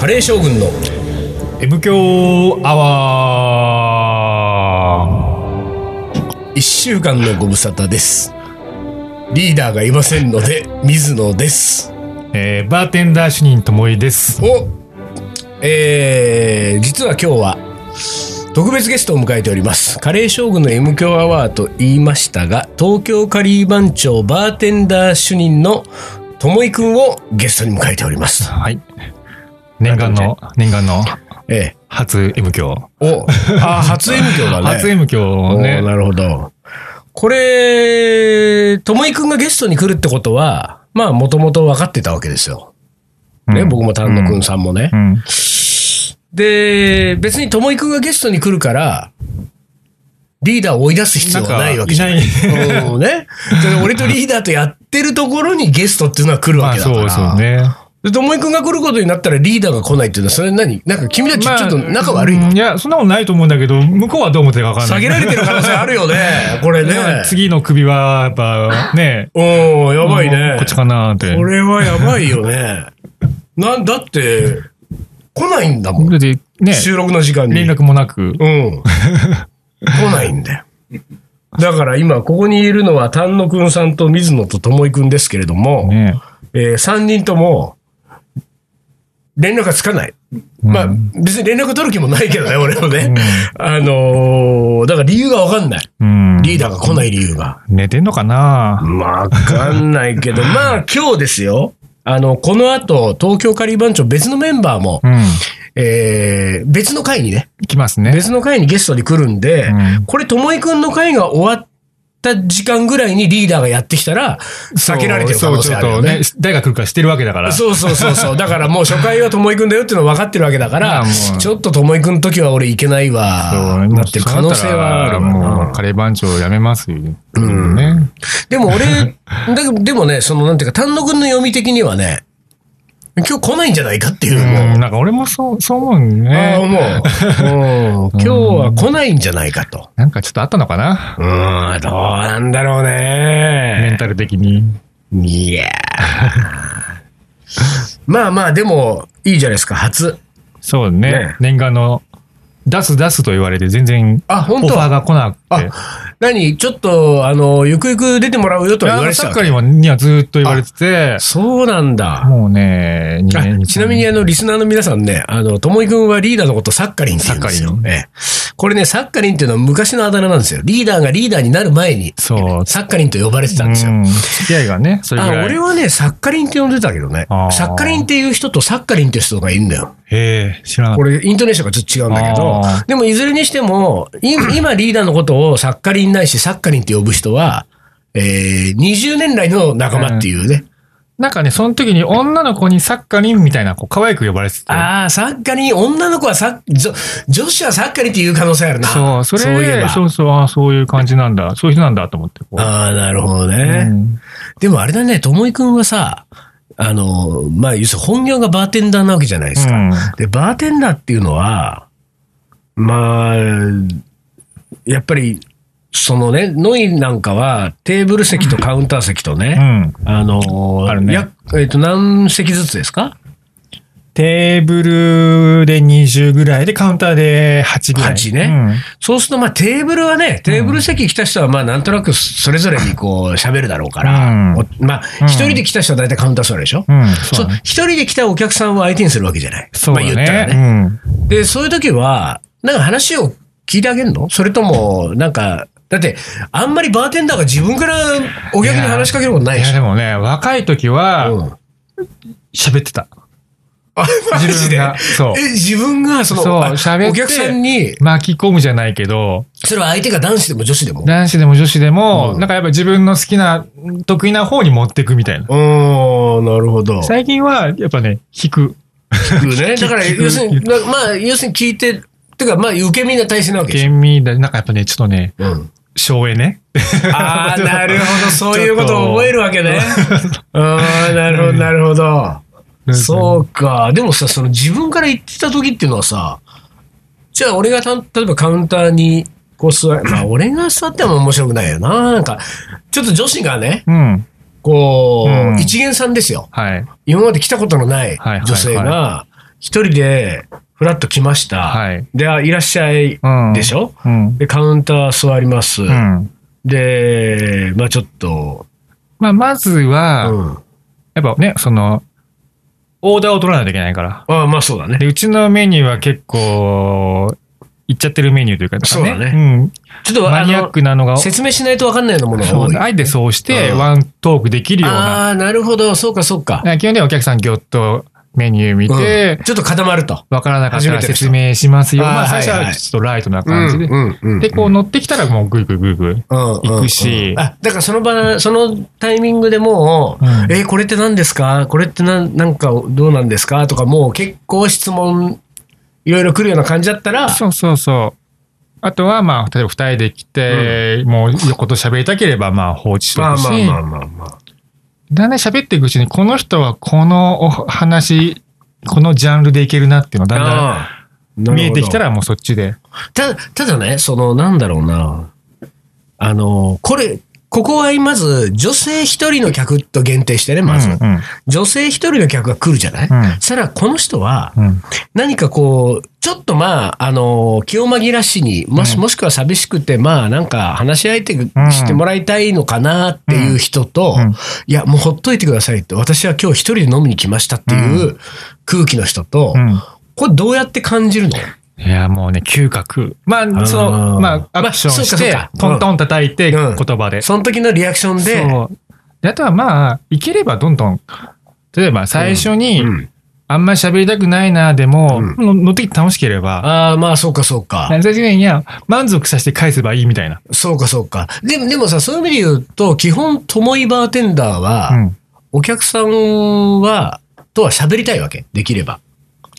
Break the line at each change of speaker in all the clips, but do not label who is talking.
平将軍の
M 強アワ
1週間のご無沙汰ですリーダーがいませんので水野です
ー、えー、バーテンダー主任ともいです。
おえー、実は今日は特別ゲストを迎えておりますカレー将軍の M 強アワーと言いましたが東京カリー番長バーテンダー主任のともいくんをゲストに迎えております
はい。念願の、念願の
ええ
初 M 強。
おあ初 M 強だね
初 M 強
おー
ね。
なるほど。これ、ともいくんがゲストに来るってことは、まあ、もともと分かってたわけですよ。ね、
うん
僕も丹野くんさんもね。
うん。
で、別にともいくんがゲストに来るから、リーダーを追い出す必要はないわけじゃない。
なんかい
うんね。で俺とリーダーとやってるところにゲストっていうのは来る
ま
わ
あ
けだから。
そうそうね。
で、ともいくんが来ることになったらリーダーが来ないっていうのは、それ何なんか君たちちょ
まあ
っと仲悪いの、
うんいや、そんなことないと思うんだけど、向こうはどう思ってるかわかんな
下
い。
げられてる可能性あるよね。これね。
次の首は、やっぱ、ね。
うん、やばいね。
こっちかなーって。
これはやばい よね。なんだって、来ないんだもん。
だって、ね、
収録の時間に。
連絡もなく。
うん。 来ないんだよ。だから今、ここにいるのは丹野くんさんと水野と友井くんですけれども、
ね。
え3人とも、連絡がつかない。
うん
まあ、別に連絡取る気もないけどね、俺もね。あのーだから理由がわかんない。
うん。
リーダーが来ない理由が。
寝てんのかな
わかんないけ ど、まあ今日ですよ。あの、この後、東京カリー番長別のメンバーも、
うん。
えー、別の会にね、
来ますね。
別の会にゲストで来るんで、
うん
これ、ともいくんの会が終わった時間ぐらいにリーダーがやってきたら、避けられてる可能性あるよね。
そうちょっと誰が来るか知ってるわけだから。
そうそうそうそう。だからもう初回はともいくんだよっていうの分かってるわけだから
まあも、う
ちょっとともいくんの時は俺いけないわ、なってる可能性はあるわな
もう、カレー番長やめますよ。うん。ね。
でも 俺、だけどでもね、そのなんていうか、丹野くんの読み的にはね、今日来ないんじゃないかっていうう、もう。
ん。なんか俺もそう、そう思うん
ああ、
ね。
もう。うん今日は来ないんじゃないかと。
なんかちょっとあったのかな
うん、どうなんだろう
メン
ね。
タル的に。
いやー まあまあ、でも、いいじゃないですか、初。
そう
ね
ね。念願の、出す出すと言われて全然、
あ
オ
本
フ
当
ァーが来なくて。
あ、何ちょっと、あの、ゆくゆく出てもらうよとは言われて
サ
た
ッカーにはにはずっと言われてて、
そうなんだ。
もうね、2
あ
年
ちなみに、あの、リスナーの皆さんね、あの、ともいくんはリーダーのことサッカリンって言うんです
サ
よ
ッ。カ
ええこれね、サッカリンっていうのは昔のあだ名なんですよ。リーダーがリーダーになる前に、
そう。
サッカリンと呼ばれてたんですよ。
うん付き合いがね、それ
あ、
ぐらい。
俺はね、サッカリンって呼んでたけどね
あ。ー
サッカリンっていう人とサッカリンっていう人がいるんだよ。
へえ、知らなか
こ
っ
れ、イントネーションがちょっと違うんだけど
あ、
でもいずれにしても、い 今リーダーのことをサッカリンないし、サッカリンって呼ぶ人は、えー、20年来の仲間っていうね。
た。なんかね、その時に女の子にサッカリンみたいな、こう、可愛く呼ばれてて。
ああ、サッカリン、女の子はサッ、女女子はサッカリンっていう可能性あるな。
そう、それ
ういえば。
そうそう、ああ、そういう感じなんだ。そういう人なんだと思って。こう
ああ、なるほど
う
ね。
ん
でもあれだね、ともいくんはさ、あの、まあ、要するに本業がバーテンダーなわけじゃないですか。
うん
で、バーテンダーっていうのは、まあ、やっぱり、そのね、ノイなんかはテーブル席とカウンター席と
う
ね、
ん。
あの、
あるね
やえっ、と、何席ずつですか
テーブルで20ぐらいで、カウンターで8ぐらい。
8ねそうすると、まあ、テーブルはね、テーブル席来た人は、まあ、なんとなくそれぞれにこう、喋るだろうから、
うん
おまあ、
うん
一人で来た人は大体カウンター座るでしょ、
うん。うん、
そ
そううだね。
一人で来たお客さんを相手にするわけじゃない。
そう
まあ、言
だ
ったらね。
ね。
で、そういう時は、なんか話を聞いてあげるのそれとも、なんか、だって、あんまりバーテンダーが自分からお客に話しかけること
う。
なんい
い
でし
や、で
ょ。
もね、若い時は、
うん
喋ってた。
あ、マジ
自分
で
がそう
え、自分が、その、
そう
あ
喋って
お客さんに、
巻き込むじゃないけど、
それは相手が男子でも女子でも。
男子でも女子でも、
うん
なんかやっぱ自分の好きな、得意な方に持ってくみたいな。
うーん、なるほど。
最近は、やっぱね、引く。
ね。だから、
聞く
要するに、なまあ、要するに聞いて、てか、まあ、受け身な体制なわけでしょ。
厳密だ、なんかやっぱね、ちょっとね、
うん、
省エネ。
ああ、なるほど。そういうことを覚えるわけね。 ああ、なるほど、なるほど。そうか。でもさ、その自分から言ってた時っていうのはさ、じゃあ俺がたん、例えばカウンターに、こう 座る、まあ俺が座っても面白くないよな。なんか、ちょっと女子がね、
うん。
こう、
うん
一元さんですよ。
はい。
今まで来たことのない
はいはい
女性が、一人でフラッと来ました。
はい
で、あいらっしゃい
うん
でしょ、
うん。
で、カウンター座ります。
うん。
で、まあちょっと、
まあ、まず
う
は、
ん。
やっぱね、その、オーダーを取らないといけないから。
あまあそうだね。
で、うちのメニューは結構、いっちゃってるメニューというか、なんか
そうだね
うん。
ちょっと
マ
あ
ニアッ
の、
クなのが、
説明しないと分かんないようなものが
そ
多
う
い。
あえてそうして、
うん
ワントークできるような。
ああー、なるほど。そうか、そうか。
基本ではお客さんぎょっとメニュー見
うん
て、
ちょっと固まると。
わからなかったら
初めての人
説明しますよ。
あー
まあ、最初
はい
は
はい
ちょっとライトな感じで。
うん
で、こう乗ってきたらもうグイグイグイグイ。
行
行くし
あ、だからその場、そのタイミングでもう、
うん
えーこれって何ですかこれってなんなんかどうなんですかとか、もう結構質問、いろいろ来るような感じだったら、
そうそうそう。あとは、まあ、例えば二人で来て、もう横と喋りたければ、まあ、放置しと
まあ
くし、
まあまあまあまあ。
だんだん喋っていくうちに、この人はこのお話、このジャンルでいけるなっていうのがだんだ
あーなんるほど
見えてきたら、もうそっちで。
たただね、その、なんだろうな、あの、これ、ここはまず、女性一人の客と限定してね、まず。
うんうん
女性一人の客が来るじゃない、
うん
そしたら、この人は、
うん
何かこう、ちょっとまあ、あの、気を紛らわしに、もし
うん
もしくは寂しくて、まあ、なんか話し相手してもらいたいのかなっていう人と、
うん
いや、もうほっといてくださいって、私は今日一人で飲みに来ましたっていう空気の人と、
うん
これどうやって感じるの
いや、もうね、嗅覚。まあ、そ
あー
の、まあ、
まあ
アクションし
そう
て
かそう、か
トントン叩いて、言
うん
葉で。
その時のリアクションで、
そう。で、あとはまあ、いければどんどん、例えば最初に、
うん
あんまり喋りたくないな、でも、
う
の乗ってきて楽しければ、
ああ、まあ、そうか、そうか。
最終的には満足させて返せばいいみたいな。
そうか、そうか。でも、でもさ、そういう意味で言うと、基本、ともいバーテンダーは、
うん。
お客さんは、とは喋りたいわけ。できれば。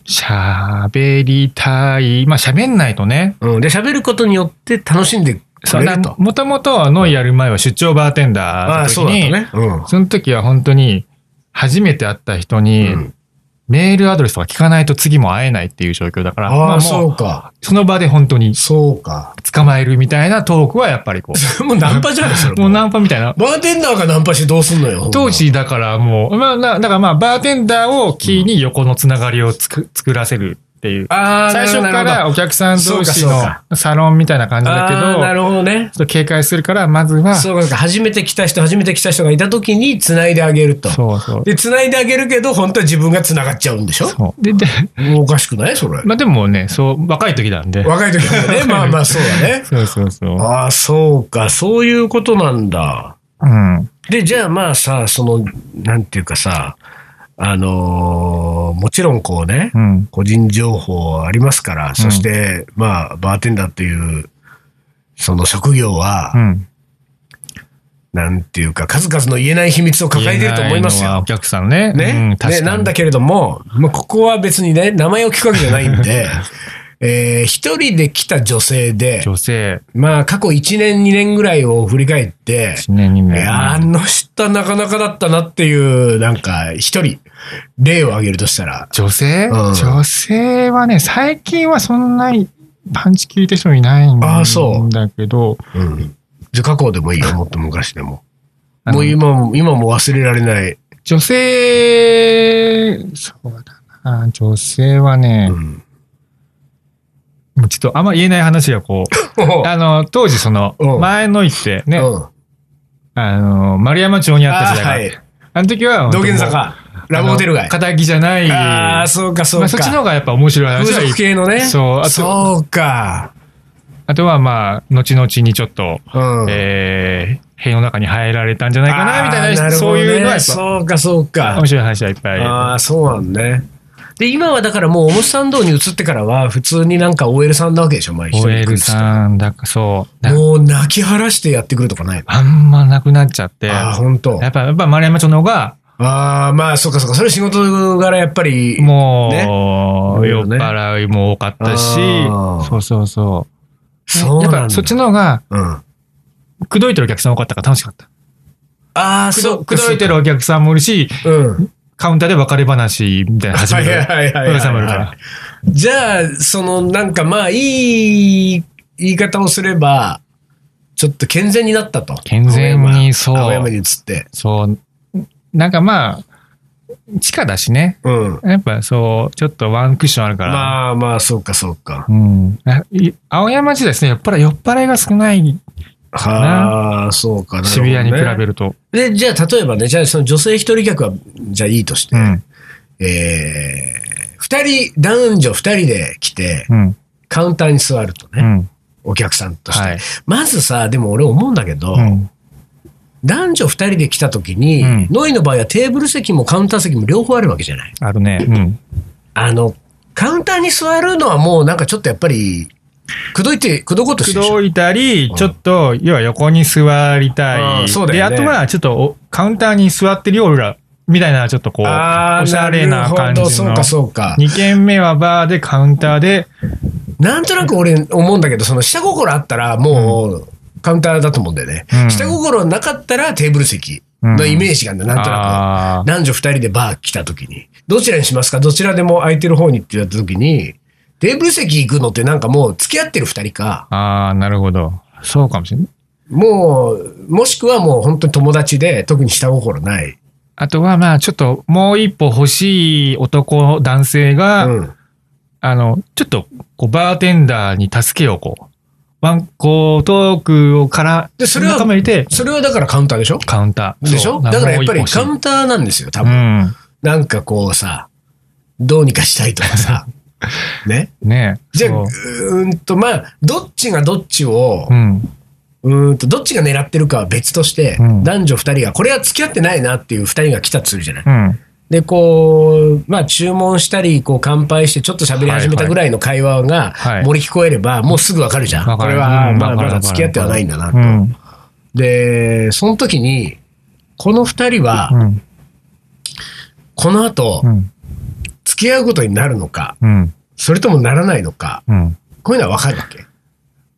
喋りたい。まあ、喋んないとね。
うん。で、喋ることによって楽しんでく
そう
れ
な
ると。
もともとノイやる前は出張バーテン
あ
ダー
あ、
の
そ
時
うだっ
に、
たね。うん。
その時は本当に、初めて会った人に、
うん
メールアドレスとか聞かないと次も会えないっていう状況だから、ま
あ
あ
あ、
も、
そううか。
その場で本当に
そうか。
捕まえるみたいなトークはやっぱりこう、
もうナンパじゃない、それ。
も
も
う
う
ナンパみたいな。
バーテンダーがナンパしてどうすんのよ。ほんま
当。時だからもう、まあな、だからまあ、バーテンダーをキーに横のつながりをつく作らせるっていう。
ああ、
最初か
なる
らお客さん同士
そうかそうか
のサロンみたいな感じだけ
ほど、ああな
ど、
るほどね。
ちょっと警戒するから、まずは、そ
そうかそうか、初めて来た人、初めて来た人がいた時に、繋いであげると。
うそう。
で、繋いであげるけど、本当は自分が繋がっちゃうんでしょ
そうで、で、
もうおかしくないそれ。
まあでもね、そう、若い時なんで。
若い時 だよね。まあまあ、そうだね。
そうそうそう。
ああ、そうか。そういうことなんだ。
うん。
で、じゃあまあさ、その、なんていうかさ、あのーもちろんこうね、
うん。
個人情報ありますから、そして、まあ、バーテンダーっていう、その職業は、
うん。
なんていうか、数々の言えない秘密を抱えていると思います
言えなのは
よ。
お客さんね。
ね、
うん、確か
ね
に。
なんだけれども、まあ、ここは別にね、名前を聞くわけじゃないん で、えー一人で来た女性で、
女性、
まあ、過去1年、2年ぐらいを振り返って、
1年2
いやーあ
年。
の人はなかなかだったなっていう、なんか、一人、例を挙げるとしたら、
女性、
うん
女性はね、最近はそんなにパンチ効いた人いないん
あーそう
だけど、
うん。じゃ過去でもいいよ、もっと昔でも。
あの
もう今も、今も忘れられない。
女性、そうだな、女性はね、
うん。
もうちょっとあんま言えない話がこう、あの、当時その
う、ん
前の行ってね、
うん。
あの、丸山町に
あ
あった時
ー
代があっ
は
て、
い。
あの時は、
道玄坂、ラブホテル街。
肩じゃない。
ああ、そうか、そう
ま
か。
あ、そっちの方がやっぱ面白い話
風
はいっ
俗系のね。
そうあと
そうか。
あとはまあ、後々にちょっと、
うん。
えー、塀の中に入られたんじゃないかな、みたい
あー
な、
るほ
そ
ど
う
ね
いうのはやっぱ、
そうか、そうか
面。白い話はいっぱい。
ああ、そうなんね。で、今はだからもう、表参道に移ってからは、普通になんか OL さんなわけでしょ、毎日。
OL さんだか、そう。な
もう泣き晴らしてやってくるとかないの
あんまなくなっちゃって、
ああ、
や
本当。
っぱ、やっぱ丸山町の方が、
ああ、まあ、そうかそうか。それ仕事柄やっぱり。
もう、
ね
酔っ払いも多かったし
あー、
そうそうそう。
そう
やっ
なんだ。
ぱそっちの方が、
うん。あ
口説いてるお客さん多かったから楽しかった。
あー、
口
そう
説
か
口説いて
そ
るお客さんもいるし、
うかうん。
カウンターで別れ話みたいなの始め
は
る
いはいはいはい
お客さんもいるから。
じゃあ、その、なんかまあ、いい言い方をすれば、ちょっと健全になったと。
健全にそう
青山に移って。
そう。なんかまあ、地下だしね。
うん。
やっぱそう、ちょっとワンクッションあるから。
まあまあ、そうかそうか。
うん。あい青山時代ですね、酔っ払い、酔っ払いが少ない
はあ、そうかな、
渋谷に比べると。
べで、じゃあ、例えばね、じゃあ、その女性一人客は、じゃあいいとして、
うん。
えー、二人、男女二人で来て、
うん。
カウンターに座ると
う
ね、
ん。
お客さんとして。
はい
まずさ、でも俺思うんだけど、
うん。
男女二人で来た時に、
うん
ノイの場合はテーブル席もカウンター席も両方あるわけじゃない。
あるね。うん。
あの、カウンターに座るのはもうなんかちょっとやっぱり、くどいて、くどこうとして
く
るでしょ
どいたり
うん、
ちょっと、要は横に座りた
うん
い。
そうだよね
で、あとは、ちょっとお、カウンターに座ってるよ、俺ら。みたいな、ちょっとこう、
あー
おしゃれな感
るほど
じ
そう
の。
かそうか。
2軒目はバーで、カウンターで、
なんとなく俺思うんだけど、その下心あったらもう、カウンターだと思うんだよね。
うん
下心なかったらテーブル席のイメージがあるんだ、なんとな
あ
く。男女二人でバー来た時に。どちらにしますかどちらでも空いてる方にって言った時に、テーブル席行くのってなんかもう付き合ってる二人か、
ーあー、なるほど。そうかもしれない。
もう、もしくはもう本当に友達で、特に下心ない。
あとは、まあ、ちょっと、もう一歩欲しい男、男性が、
うん。
あの、ちょっと、こう、バーテンダーに助けをこう、ワンコートークをから、
でそれは
仲間入れて、
それはだからカウンターでしょ
カウンター。
でしょ
そう
だからやっぱり
もう一
カ
歩
ウ
欲しい
ンターなんですよ、多
う
分。
ん。
なんかこうさ、どうにかしたいとか さ。ね。
ねえ。
じゃあ、
そうう
ーんと、まあ、どっちがどっちを
う、ん。
うーんと、どっちが狙ってるかは別として、
うん
男女二人が、これは付き合ってないなっていう二人が来たとするじゃない。
うん。
で、こう、まあ、注文したり、こう、乾杯して、ちょっと喋り始めたぐらいの会話が
はい、
森聞こえれば、もうすぐわかるじゃん。
わ
こ
かる
れは、
うん
まあ、ま
わかる
だ
わかる
付き合ってはないんだな
う
と。
ん。
で、その時に、この二人は
う、ん。
この後
う、ん。
付き合うことになるのか、
うん。
それともならないのか、
うん。
こういうのはわかるわけ。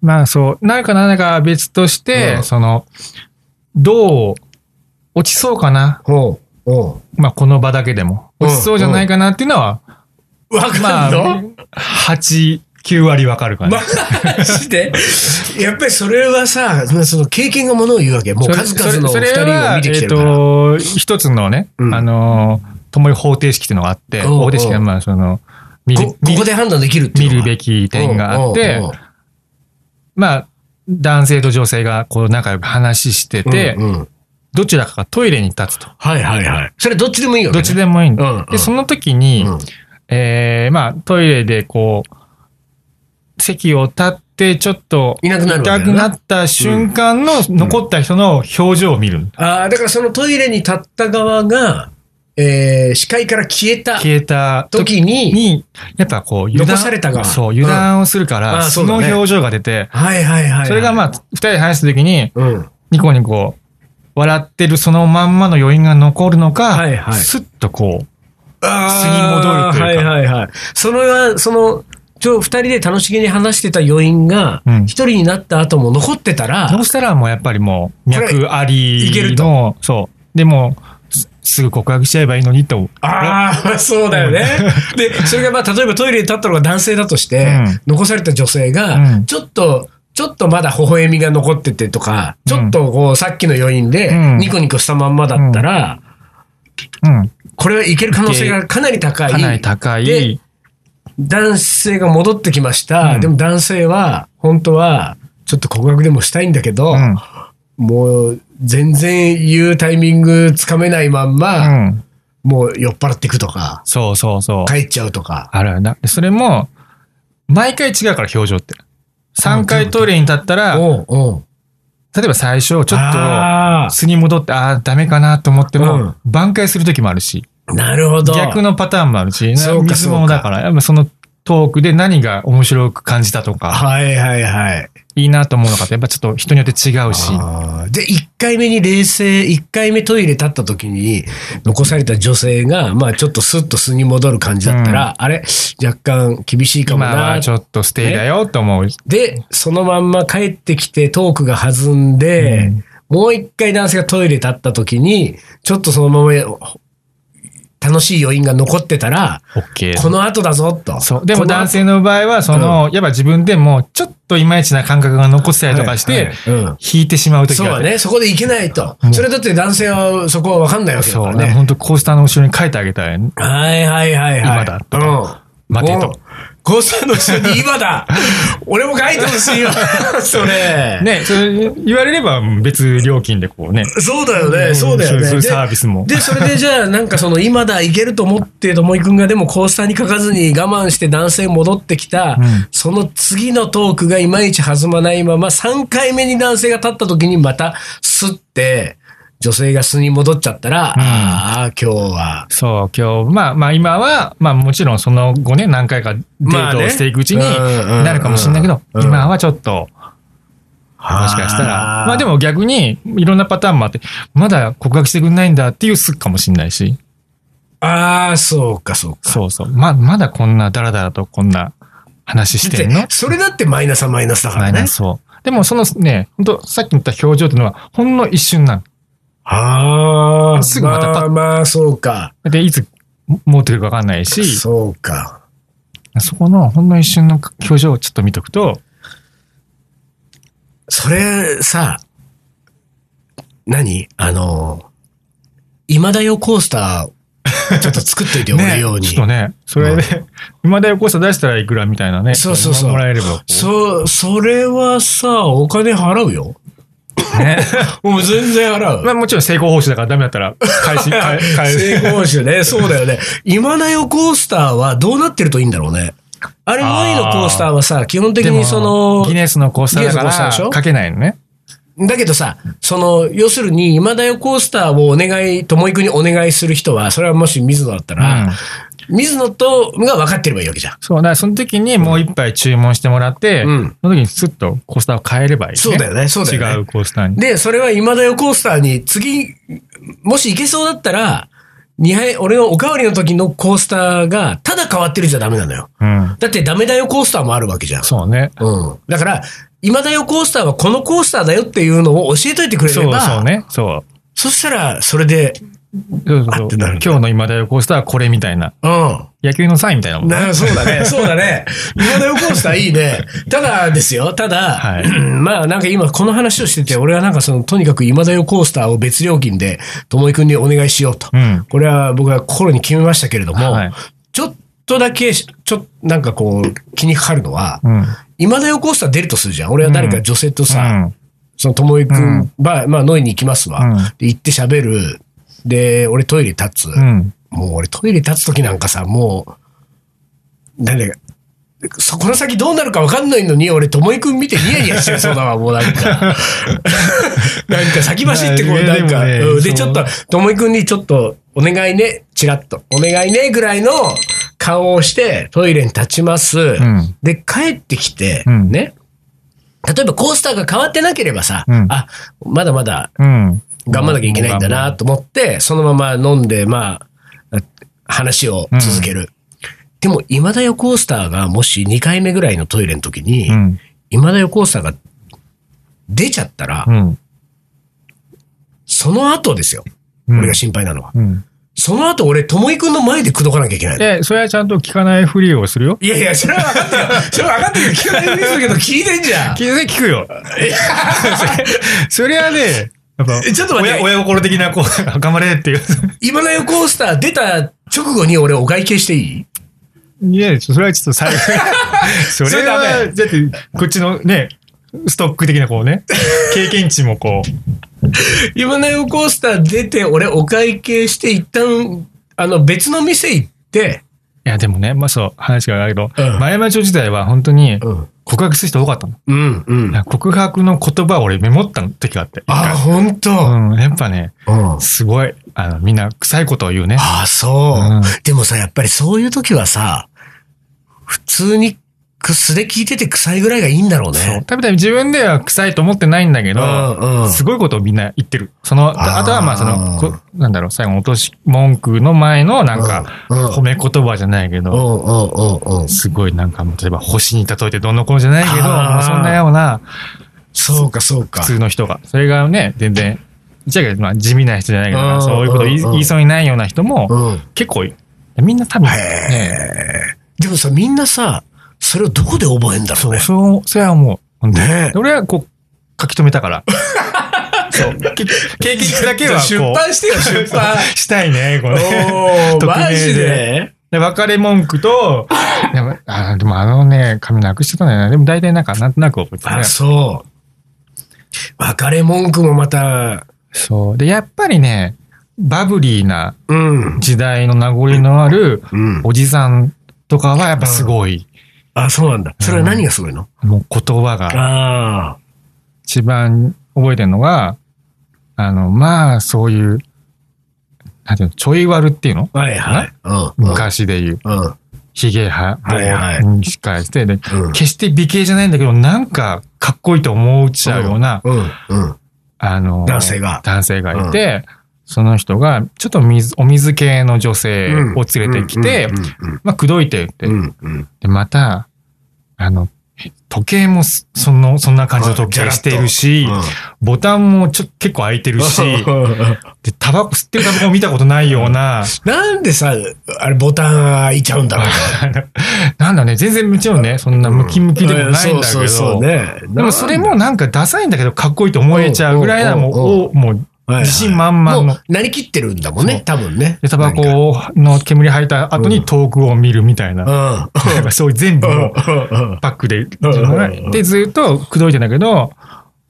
まあ、そう、なるかならないかは別として、
うん
その、どう、落ちそうかな。
おうおう
まあ、この場だけでも。
うん
落ちそうじゃないかなっていうのは、
わか
ま
ん
あ
の、
8、9割わかるかな。
マジで やっぱりそれはさ、その経験がものを言うわけ。もう数々のお
そ
二
れ
人を見てきてるから。
それはえっ、と、一つのね、
うん
あのー、共に方程式っていうのがあって、
うん
方程式はまあ、その、見る
こここで判断できるっていうの
見る
は
べき点があっ
お
て
うおうおう、
まあ、男性と女性がこう仲良く話してて、
うんうん
どちらかがトイレに立つと。
はいはいはい。それどっちでもいいよね。
どっちでもいいんだ。
うんうん
で、その時に、
うん
えーまあ、トイレでこう、席を立って、ちょっと、
いなくなるわけだ
痛
な
くなった瞬間の残った人の表情を見る。
ああ、だからそのトイレに立った側が、えー視界から消えた
消えた時
時に、
に、やっぱこう、油
残
断
された側
そう、
うん
油断をするか
ああ
ら、
そ
そう
だ
の
ね
表情が出て、
はいはいはいはい。
それがまあ、二人で話した時に、
うん。は
ニコニコ、笑ってるそのまんまの余韻が残るのか、
はいはい
スッとこ
あー
素に戻るというか
はいはいはい。それは、その、ちょ、二人で楽しげに話してた余韻が
う、ん
一人になった後も残ってた
う、ど
ら
う、したらもうやっぱりもう、
これ
脈ありの、
いける
そう。でも、すすぐ告白しちゃえばいいのにと。
ああ、そうだよね。で、それがまあ、例えばトイレに立ったのが男性だとして、
うん
残された女性
う
が
ん、
ちょっと、ちょっとまだ微笑みが残っててとか、ちょっとこう、さっきの余韻で
う、ん
ニコニコしたまんまだったら、
うん。
これはいける可能性がかなり高い。
かなり高
で
い。
男性が戻ってきました。
うん
でも男性は、本当は、ちょっと告白でもしたいんだけど、
うん。
もう、全然言うタイミングつかめないまん
う
ま、
ん。
もう酔っ払っていくとか、
そうそうそう。
帰っちゃうとか。
あるあるな。でそれも、毎回違うから表情って。3回トイレに立ったら、
おうおう
例えば最初、ちょっと、
あ
素に戻って、ああ、ダメかなと思っても、
うん
挽回するときもあるし、
ーなるほど。
逆のパターンもあるし、
そうか
水物だから、やっぱそのトークで何が面白く感じたとか、
はいはいはい。
いいなと思うのかって、やっぱちょっと人によって違うし、
あーで、1回目に冷静、1回目トイレ立った時に、残された女性が、まあちょっとスッと素に戻る感じだったら、あれ、若干厳しいかも
今
な
はちょっとステイだよと思う。
で、そのまんま帰ってきてトークが弾んで、もう一回男性がトイレ立った時に、ちょっとそのまま、楽しい余韻が残ってたら、
OK。
この後だぞと。
そう。でも
この後
男性の場合は、その、やっぱ自分でも、ちょっといまいちな感覚が残ってたりとかし
はい
て
はい、うん
引いてしまう時
そう
があ
だ
る。
ね、そこでいけないと
う。ん
それだって男性はそこは分かんないわけだ
そ
か
う
ら
ね。
ね。
本当コースターの後ろに書いてあげたい。
はいはいはいはい。
今だと
うん。
待てと
お。ゴースターの人に今 だ俺も書いてほしいわそれ。
ね、それ言われれば別料金でこうね。
そうだよね、
ん
そうだよね。
そういう
で
サービスも
で、それでじゃあ、なんかその、今だ、いけると思って、ともいくんがでも、コースターに書かずに我慢して男性戻ってきた、
うん
その次のトークがいまいち弾まないまま、3回目に男性が立った時にまた、スッて、女性が素に戻っちゃったら、
うん
ああ、今日は。
そう、今日、まあまあ今は、まあもちろんその後ね、何回かデ
ま
ー
あ
ト
ね
をしていくうちに
うんうんうん
なるかもしれないけど、
うん
今はちょっと、も
も
しかしたら。まあで、も逆に、いろんなパターンもあって、まだ告白してくんないんだっていうすっかもしれないし。
ああ、そうか、そうか。
そうそう。ま、まだこんなダラダラとこんな話してん
だっ
の
てそれだってマイナスはマイナスだか
マ
ら
イ
ね
ナ。スを。でもそのね、本当さっき言った表情っていうのは、ほんの一瞬な
ああ、
すぐまたパ
ま
ッ
あまあ、そうか。
の。で、いつ持ってくるかわかんないし、そ
そうか。
このほんの一瞬の表情をちょっと見とくと、
それ、さ、何あの、今だよコースター、ちょっと作っといてよ、俺用に。
ちょっと ね、それで、今だよこうさ出したらいくらみたいなね。
そうそうそう
もらえればこう。
そ、それはさ、お金払うよ。
ね。
もう全然払う
まあもちろん成功報酬だからダメだったら、返 し、返返
成功集 ね。そうだよね。今だよコースターはどうなってるといいんだろうね。あれ、
あー
5位のコースターはさ、基本的
で
に
も
その、
ギネスのコースターだか
ギネスのコースター
ら、
でしょ
かけないのね。
だけどさ、その、要するに、今だよコースターをお願い、ともいくにお願いする人は、それはもし水野だった
うん
ら、水野と、が分かってればいいわけじゃん。
そう、だからその時にもう一杯注文してもらって、
うん
その時にスッとコースターを変えればいい、ね。
そうだよねそうだよね
違うコースターに。
で、それは今だよコースターに、次、もし行けそうだったら、二杯、俺のおかわりの時のコースターが、ただ変わってるじゃダメなのよ。
うん。
だってダメだよコースターもあるわけじゃん。
そうね。
うん。だから、今だよコースターはこのコースターだよっていうのを教えといてくれれ
そう
ば、
そうね。そう。
そしたら、それで、
そう
あ
そ
っ
う
て
そう
なるんだ
今日の今だよコースターはこれみたいな。
うん。
野球のサインみたいなもんね。
なそうだ ね、そうだね。今だよコースターいいね。ただですよ、ただ、
はい
まあなんか今この話をしてて、俺はなんかその、とにかく今だよコースターを別料金で、ともいくんにお願いしようと。
うん
これは僕は心に決めましたけれども、
はい
ちょっとだけ、ちょ、なんかこう、気にかかるのは、
うん。
今だよコースター出るとするじゃん。俺は誰か女性とさ、
うん。
その、ともいく
うん
ん、ば、まあ、ノイに行きますわ。
うん
で、行って喋る。で、俺トイレ立つ。
うん。
もう俺トイレ立つ時なんかさ、もう、なんで、そこの先どうなるか分かんないのに、俺、ともいくん見てニヤニヤしてそうだわ、もうなん か。なんか先走ってこう、
いや
ない
や
んか。
でもね
うん、
そ
で、
う
ちょっと、ともいくんにちょっと、お願いね、チラッと。お願いね、ぐらいの顔をして、トイレに立ちます。
ん
で、帰ってきて、
うん
ね。例えばコースターが変わってなければさ、
うん
あ、まだまだ
うん。
頑張んなきゃいけないんだなと思って、そのまま飲んで、まあ、話を続ける。でも、今田よコースターがもし2回目ぐらいのトイレの時に、
うん。
今田よコースターが出ちゃったら、
うん。
その後ですよ。
うん
俺が心配なのは。
うん。
その後、俺、ともいくんの前で口説かなきゃいけないの。
で、それはちゃんと聞かないふりをするよ。
いやいや、それは分かってる よ。それは分かってるよ。聞かないですけど、聞いてんじゃん。
聞聞くよ。 それはね、やっぱ
えちょっと待って
親親心的な、こう、 頑張れっていう。
今田よコースター出た直後に俺、お会計していい
いや、それはちょっ と最後。そ
それ
れ
ダ
は、
メ
だって、こっちのね、ストック的なこうね、経験値もこう、
今のよコースター出て、俺お会計して、一旦、あの、別の店行って、
いや、でもね、まあそう、話があるけど、
うん
前々町時代は本当に
うん
告白する人多かったの。
うん、うん。
告白の言葉を俺メモった時があって。
あ、ほんと。
うん、やっぱね、
うん。
すごい、あの、みんな臭いことを言うね。
あ、そう、
うん
でもさ、やっぱりそういう時はさ、普通に素で聞いてて臭いぐらいがいいんだろう
そ
ね。
うたびたび自分では臭いと思ってないんだけど、
うんうん
すごいことをみんな言ってる。その、
あー
あとはまあその、こなんだろう、最後の落とし文句の前のなんか、
うんうん
褒め言葉じゃないけ
う
ど、
んうんうんうん。
すごいなんか、例えば星に例えてどんな子じゃないけど、
あー
そんなような
そうかそうか
普。通の人が、それがね、全然ちゃいけどまあ地味な人じゃないか
う
ら、
ん
そういうこと言い
うん
言いそうにないような人も、
うん。
結構、みんな多分、ね
でもさ、みんなさ、それをどこで覚えんだろうね。
そう、それはもう、
ね
俺はこう、書き留めたから。 そう。け経験値だけはこう、
出版してよ、出 版。
したいね、これ。
おー、
匿
マジで
名で で、別れ文句 と、でも、あでもあのね、紙なくしてたんだよね。でも大体なんか、なんとなく覚えてたね
あ、。そう。別れ文句もまた、
そう。で、やっぱりね、バブリーな
うん。
時代の名残のある
うん。
おじさんとかはやっぱすごい。
あ、そうなんだ。それは何がすごいの
もう言葉が
ああ。
一番覚えてるのが、あの、まあ、そういう、なんていうの、ちょい悪っていうの
はいはい。うん。うん
昔で言う、
うん。
ヒゲ派
はいはい
にしっかりして、で、
うん
決して美形じゃないんだけど、なんかかっこいいと思っちゃうような、
うん。うん。
あの、
男性が
男性がいて、その人が、ちょっと水、お水系の女性を連れてきて、
うん
まあ、口説いてって、
うんうんうんうん。
で、また、あの、時計もす、その、そんな感じの時計してるし、ボタンもちょ結構開いてる し、で、タバコ、吸ってるタバコ見たことないような、
なんでさ、あれボタン開いちゃうんだろうね
なんだね、全然もちろんね、そんなムキムキでもない
う
んだけ
そうそう
ど、
ね。
でもそれもなんかダサいんだけどかっこいいと思えちゃうぐらいな、
うん
もう、おもう、
はいはい
自信満々
も
の
う。なりきってるんだもん
そ
ね、
う
多分ね。
で、タバコ
なん
の煙吐いた後に遠くを見るみたいな。
か
なんかそういう全部
う
を
ん。 うんうん
パックで
うん。
で、ずっと口説いてんだけど、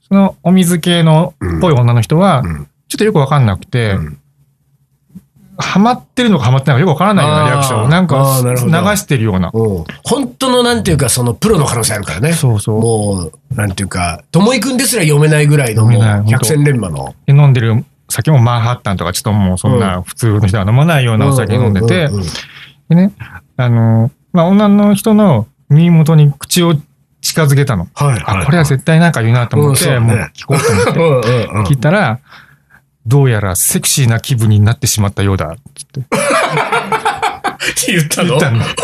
そのお水系のっぽい女の人は
うん、
ちょっとよくわかんなくて
うん、
ハマってるのかハマってないのかよくわからないような
あー
リアクションを。なん
あ
か
ーなるほど
流してるような。
うん本当のなんていうか、そのプロの可能性あるからね。
そうそう。
もう、なんていうか、ともいくんですら読めないぐらいの、も
読
う
めない、本当
百戦錬磨の。
で飲んでる酒もマンハッタンとか、ちょっともうそんな普通の人は飲まないようなお酒飲んでて
う、ううん
でね、あの、まあ、女の人の耳元に口を近づけたの。
はいいい。
あ、これは絶対なんか言うなと思っ
うんそ
て、
うね
もう聞こうと思って。
うんうんうん
聞いたら、どうやらセクシーな気分になってしまったようだ。
言った
言
の
っ たので、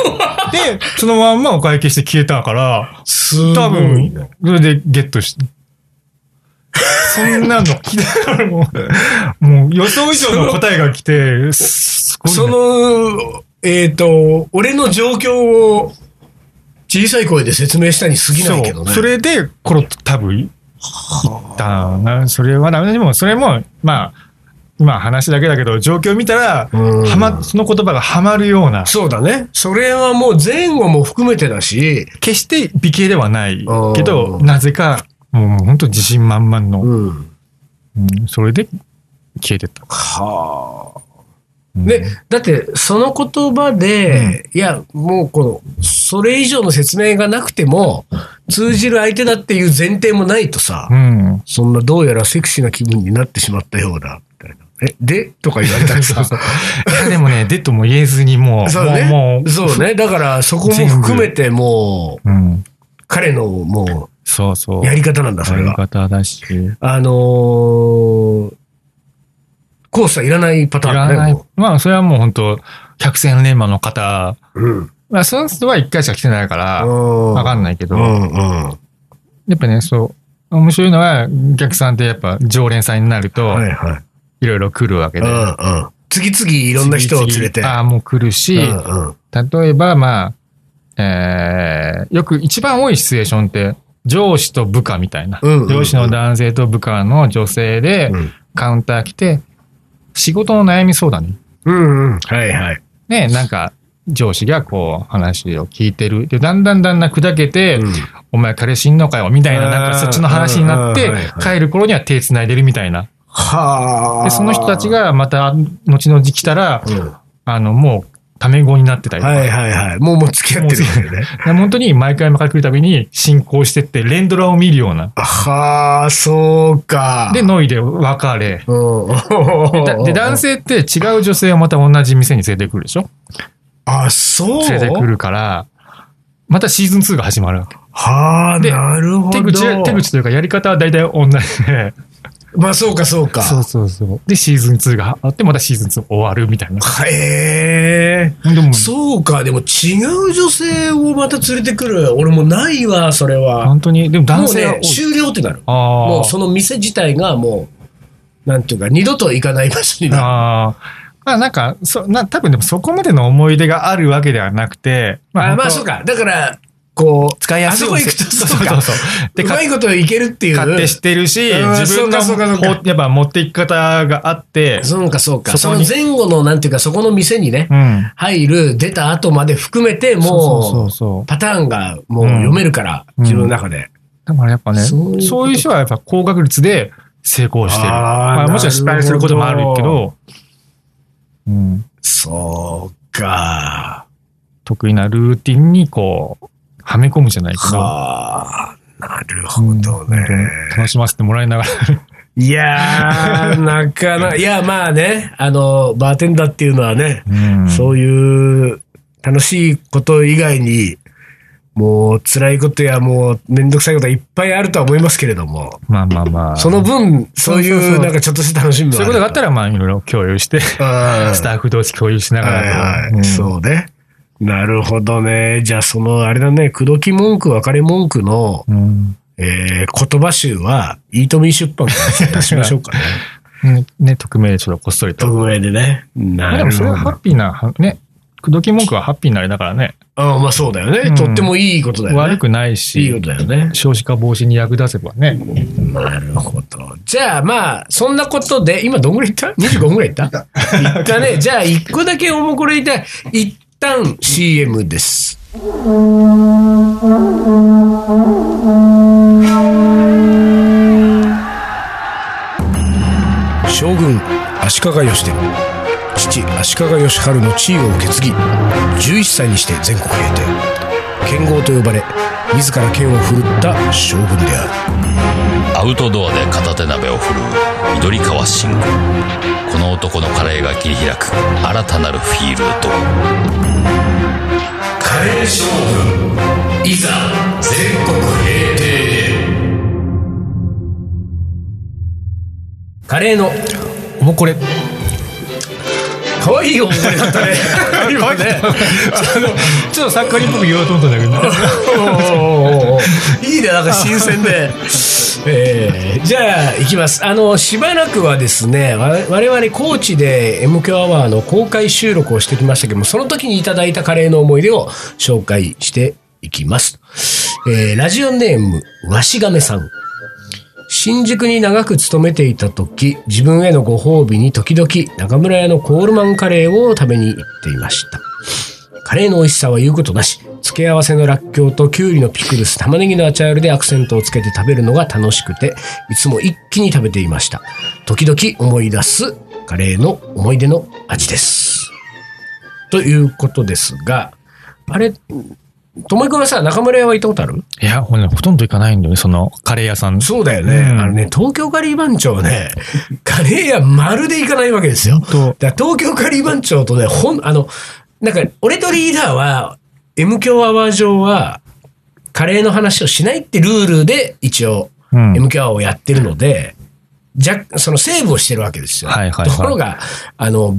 そのまんまお会計して消えたから、
すごい
多分
ね、
それでゲットし、そんなの 聞いたらもう、もう予想以上の答えが来て、すごいね
その、えっ、と、俺の状況を小さい声で説明したに過ぎないけどね。
そうそれで、コロッと多分、いったな。それはダメだ。でも、それも、まあ、今話だけだけど、状況見たら、
うん
はま、その言葉がはまるような、
そうだね。それはもう前後も含めてだし、
決して美形ではない
あー
けど、なぜか、もう本当自信満々の、
うん。
うんそれで消えてった。
はあ。
うん
ね、だってその言葉で、いや、もうこの、それ以上の説明がなくても、通じる相手だっていう前提もないとさ、
うん。
そんなどうやらセクシーな気分になってしまったようだ、みたいな。え、でとか言われたらさ、
いやで もね、デッドも言えずにもう、
そうね。
もう、も
そうね。だから、そこも含めて、もう、
う、うん。
彼の、も、
そうそうう。
やり方なんだ、それ
や
が
り。方だし。い
あのー、コースはいらないパターン
ら
だね。
ない
も。
まあ、それはもう本当百戦錬磨の方
ううん。
まあ、その人は一回しか来てないから、わ
わ
か
ん
んないけど、
うんうん。
やっぱね、そう、面白いのは、お客さんってやっぱ常連さんになると、
はいはい。
いろいろ来るわけ
う
で。
んうん。次々いろんな人を連れて。
ああ、もう来るし、
うんうん。
例えば、まあ、えー、よく一番多いシチュエーションって、上司と部下みたいな。
うんうんうん
上司の男性と部下の女性で、
うん
カウンター来て、仕事の悩み相談ね。
うんうん。はいはい。
ね、なんか、上司がこう話を聞いてる。で、だんだんだんだん砕けて、
うん
お前彼死んのかよ、みたいな、なんかそっちの話になっ
う
て
んうんうんはい、は
帰る頃には手繋いでるみたいな。
は
で、その人たち、がまた、後々来たら、
うんは
あの、もう、タメ語になってたり
い
とか。
はいはい。もうもう付き合ってるんだよね。
で本当に毎回毎回来るたびに進行してって、連ドラを見るような。
はあ、そうか。
で、ノイで別れ。でだ
うん。
で、男性って違う女性をまた同じ店に連れてくるでしょ
あ、そう
連れてくるから、またシーズン2が始まるわけ。
はあ、
で
なるほど。
手口は、手口というかやり方は大体同じで。
まあ、そうか、そうか。
そうそうそう。で、シーズン2があって、またシーズン2終わるみたいな。
へえ。
でも、
そうか、でも違う女性をまた連れてくる。俺もないわ、それは。
本当に、でも男性は
もうね、終了ってなる。
ああ。
もうその店自体がもう、なんていうか、二度と行かない場所になる。
ああ。まあなんか、そ、な、多分でもそこまでの思い出があるわけではなくて、
あ
本当
まあ、そうか。だから、こう、
使いやすい
あそこ行くと、
そう
そうか。
そうそう
で、
で
うま
買
いこといけるっていう。
買ってしてるし、
うん
自分の
そうかそうかそうか
ほやっぱ持っていき方があって、
そうか、そうか。
そ
そ
こ
の
に
前後の、なんていうか、そこの店にね、
うん。
入る、出た後まで含めて、
そうそ
も
う
う、
そう。
パターンがもう読めるから、
うん
自分の中で。
だからやっぱね、
そ
そ
いうこ
うう
と
いう人はやっぱ高確率で成功して
あ
る。
ー
まあ、もちろん失敗することもあるけ
なる
ど、うん、
そうか。
得意なルーティンにこう、はめ込むじゃないけど、
はあ、なるほど
うん
ね。
楽しませてもらいながら。
いやー、なかなか、 いや、まあね、あの、バーテンダーっていうのはね、
うん
そういう楽しいこと以外に、もう辛いことやもうめんどくさいことはいっぱいあるとは思いますけれども、
まあまあまあ。
その分、そう
そうそう
い
そうう
なんかちょっとした楽しみも
そういうことがあった
ら、
ら、まあいろいろ共有して、
うん
スタッフ同士共有しなが
はい
ら
はい、
と。うん
そうね。なるほどね。じゃあ、その、あれだね、口説き文句、別れ文句の、
うん
えー、言葉集は、イートミー出版から出しましょうかね。
ねね、匿名でちょっと こっそりと。
匿名でね。な
まあで
る
もそ
ほ
れ
ど
は。ハッピーな、はね、口説き文句はハッピーなあれだからね、
ああまあそうだよね、
うん
とってもいいことだよね。
悪くない
いいこ
し、
とだよね。
少子化防止に役立てばね。
なるほど。じゃあまあ、そんなことで、今どんぐらいいった ?25 分ぐらいいったいったね。じゃあ1個だけおもこれ言いたい。一旦 CM です。将軍足利義で父足利義晴の地位を受け継ぎ11歳にして全国平定剣豪と呼ばれ自ら剣を振るった将軍である
アウトドアで片手鍋を振るう緑川信吾この男のカレーが切り開く新たなるフィールドカレー将軍いざ全国平定
カレーの
おもこれ。
可愛いおもこれだ ったね今ね
ちょっとサッカーにっぽく言おうと思ったんだけど、
おーおーおー いいねなんか新鮮で、 えーじゃあいきますあのしばらくはですねわ我々高知で m k アワーの公開収録をしてきましたけどもその時にいただいたカレーの思い出を紹介していきます、えーラジオネームわしがめさん新宿に長く勤めていた時自分へのご褒美に時々中村屋のコールマンカレーを食べに行っていましたカレーの美味しさは言うことなし付け合わせのらっきょうときゅうりのピクルス玉ねぎのアチャールでアクセントをつけて食べるのが楽しくていつも一気に食べていました時々思い出すカレーの思い出の味ですということですがあれともいくんはさ中村屋は行ったことある
いや、ほんとねほとんど行かないんだよね、そのカレー屋さん。
そうだよね。
うん
あのね、東京カリー番長はね、カレー屋まるで行かないわけですよ。
と
だから東京カリー番長とね、ほん、あの、なんか、俺とリーダーは、M 強アワー上は、カレーの話をしないってルールで、一応、
うん。
M 強アワーをやってるので、じゃ、そのセーブをしてるわけですよ。
はいはいはい
ところが、あの、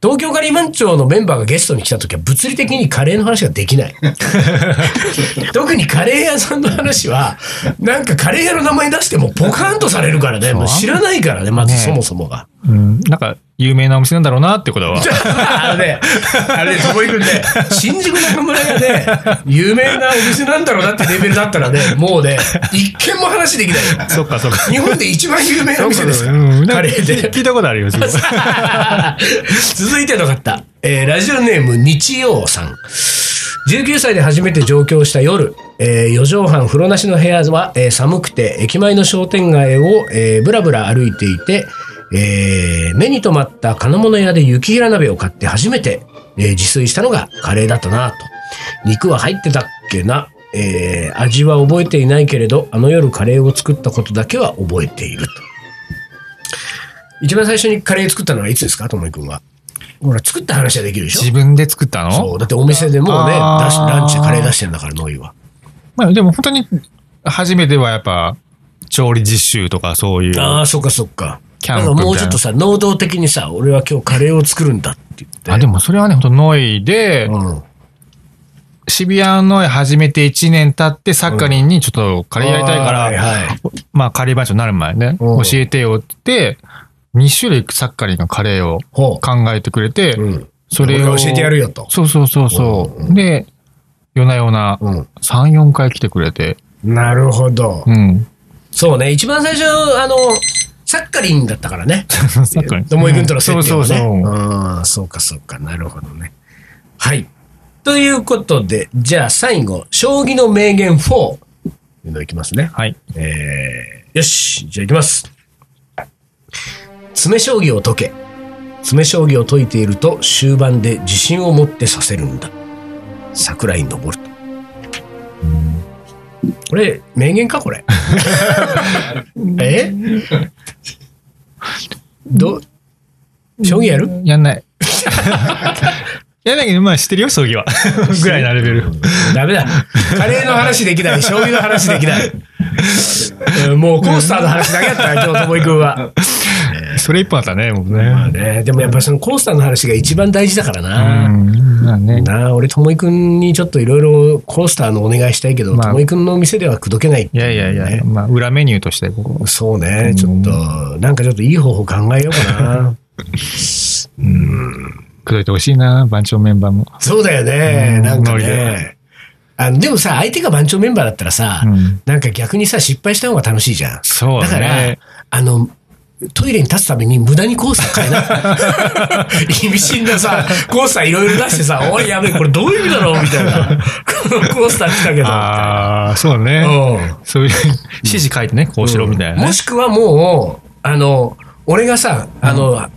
東京カリー番長のメンバーがゲストに来た時は物理的にカレーの話ができない。 特にカレー屋さんの話は、 なんかカレー屋の名前出してもポカンとされるからね、
そう
もう知らないからね、まず
ね
そもそも が。
うんなんか、有名なお店なんだろうなってことは。
あのね、あれね、ともいくんね、新宿中村がね、有名なお店なんだろうなってレベルだったらね、もうね、一見も話でき ないよ。
そっかそっか。
日本で一番有名なお店ですから
うんなんか
カレーで。
聞いたことあるよ、すごい
続いての方、えーラジオネーム日曜さん19歳で初めて上京した夜、え4畳半風呂なしの部屋は、えー寒くて駅前の商店街を、えーぶらぶら歩いていて、えー目に留まった金物屋で雪平鍋を買って初めて、えー自炊したのがカレーだったなと肉は入ってたっけな、えー味は覚えていないけれどあの夜カレーを作ったことだけは覚えていると一番最初にカレー作ったのはいつですかともいくんはほら作った話はできるでしょ
自分で作った
そ
の
う。だってお店でもうね、
あー
出しランチでカレー出してんだから、ノイは。
まあでも本当に、初めてはやっぱ、調理実習とかそういう。
あ
あ
あ、そっかそっか。
キャ
な
ン
ん
プ
かもうちょっとさ、能動的にさ、俺は今日カレーを作るんだって言って。
でもそれはね、本当ノイで、
うん。
渋谷ノイ始めて1年経って、サッカリンにちょっとカレーやりたいか
はい
ら、
はい。
まあカレーバイトになる前ね、
うん
教えてよって、 2種類サッカリンがカレーを
ほ
考えてくれて、
う。うん。
それを。
俺が教えてやるよと
そうそうそうそう。で、夜な夜な
うん。
3、4回来てくれて、
なるほど。
うん。
そうね、一番最初、あの、サッカリンだったからね。
サッカリン。
ドモイ君との接点
そう
はね。
そうそう。
ああ、そうかそうか。なるほどね。はい。ということで、じゃあ最後、将棋の名言4。というのいきますね。
はい。
えーよし、じゃあ行きます。詰将棋を解け。詰将棋を解いていると終盤で自信を持ってさせるんだ。桜井登ると。これ、名言かこれ。えど、将棋やる
やんない。 やんないけど、まあ知ってるよ、将棋は。 ぐらいなレベル。
ダメだ。カレーの話できない。将棋の話できない。えーもうコースターの話だけやった、今日、ともいくんは。
それ一本あったね、もうね。
ね、でもやっぱりそのコースターの話が一番大事だから
う
な。
ん。まあね。
なあ俺、ともいくんにちょっといろいろコースターのお願いしたいけど、
まあ
ともいくんのお店では口説けないって
いうや
ね
いやいや、まあ裏メニューとして、ここ。
そうね、ちょっと、なんかちょっといい方法考えようかな。
くどいてほしいな、番長メンバーも。
そうだよね、
うん
なんか
ノリで
ね。あのでもさ、相手が番長メンバーだったらさ、
うん
なんか逆にさ、失敗した方が楽しいじゃん。
そう
だ
だ
から
ね、
あの、トイレに立つために無駄にコースター変えな。意味深なさ、コースターいろいろ出してさ、おいやべえ、これどういう意味だろうみたいな。このコースター来たけど。
ああ、そうね。
うん
そういう指示書いてね、こうしろみたいなね。
もしくはもう、あの、俺がさ、あの、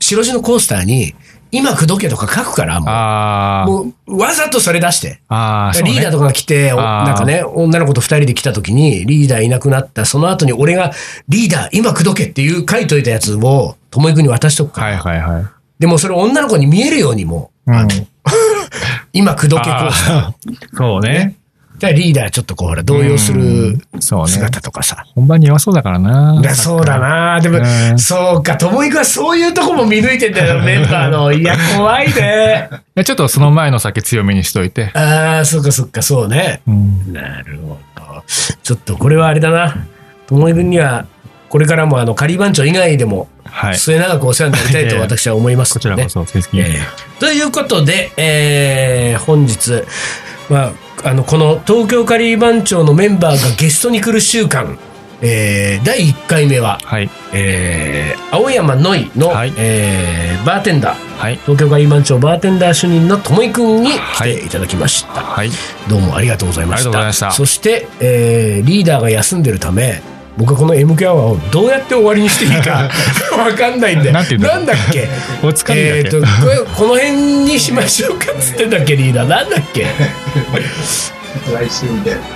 白地のコースターに、今くどけとか書くから、も
あ
う。
あ。
もうわざとそれ出して。
ああ、そうね
リーダーとかが来て、お
あー
なんかね、女の子と二人で来た時に、リーダーいなくなった、その後に俺が、リーダー、今くどけっていう書いといたやつを、ともいくに渡しとくから。
はいはいはい。
でもそれ女の子に見えるようにもう、
うん
あの今くどけコースター。
あーそうね。
だからリーダーちょっとこう、ほら、動揺する
うんそうね。
姿とかさ。
本番に弱そうだからな。
だそうだなでも、
うん
そうか、ともいくはそういうとこも見抜いてんだよ、メンバーの。いや、怖いね。
いや。ちょっとその前の酒強めにしといて。
ああ、そっかそっか、そうね。
うん。
なるほど。ちょっとこれはあれだな。ともいくんには、これからもあの、仮番長以外でも、
はい。
末永くお世話になりたいと私は思いますの
こち
で
ら
ね、
こそ、成績。
えーということで、えー本日、まあ、あのこの東京カリー番長のメンバーがゲストに来る週間、えー第1回目は、
はい。
えー青山ノイの、
はい
えーバーテンダー
はい。
東京カリー番長バーテンダー主任のともいくんに来ていただきました、
はい。
どうもありがとうございまし
ありがとうござい
た
ました
そして、えーリーダーが休んでるため僕はこの MK アワーをどうやって終わりにしていい かわかんないんで
なんて言うん
んだ
だろ
っけ
お疲
え
れ
ー
だ
と
け。
これこの辺にしましょうかっつってんだっけリーダーなんだっけ
来週で。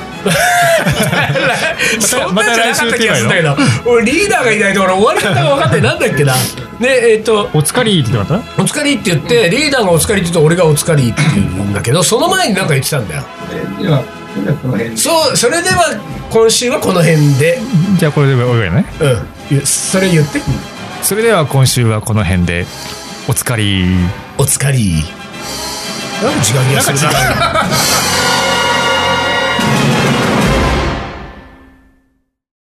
そんなんじゃなかった気がするんだけど、俺リーダーがいないと俺終わり方が分かってなんだっけなでえっ、と
お疲れいいって言ってなか
お
っ
疲れって言ってリーダーがお疲れって言うと俺がお疲れって言うんだけどその前に何か言ってたんだよ
えでは、ではこの辺で。
そうそれでは今週はこの辺で
たじゃあこれでおいね。
うんそれ言って
それでは今週はこの辺で、お疲れ。
お疲れなんか違う気がするな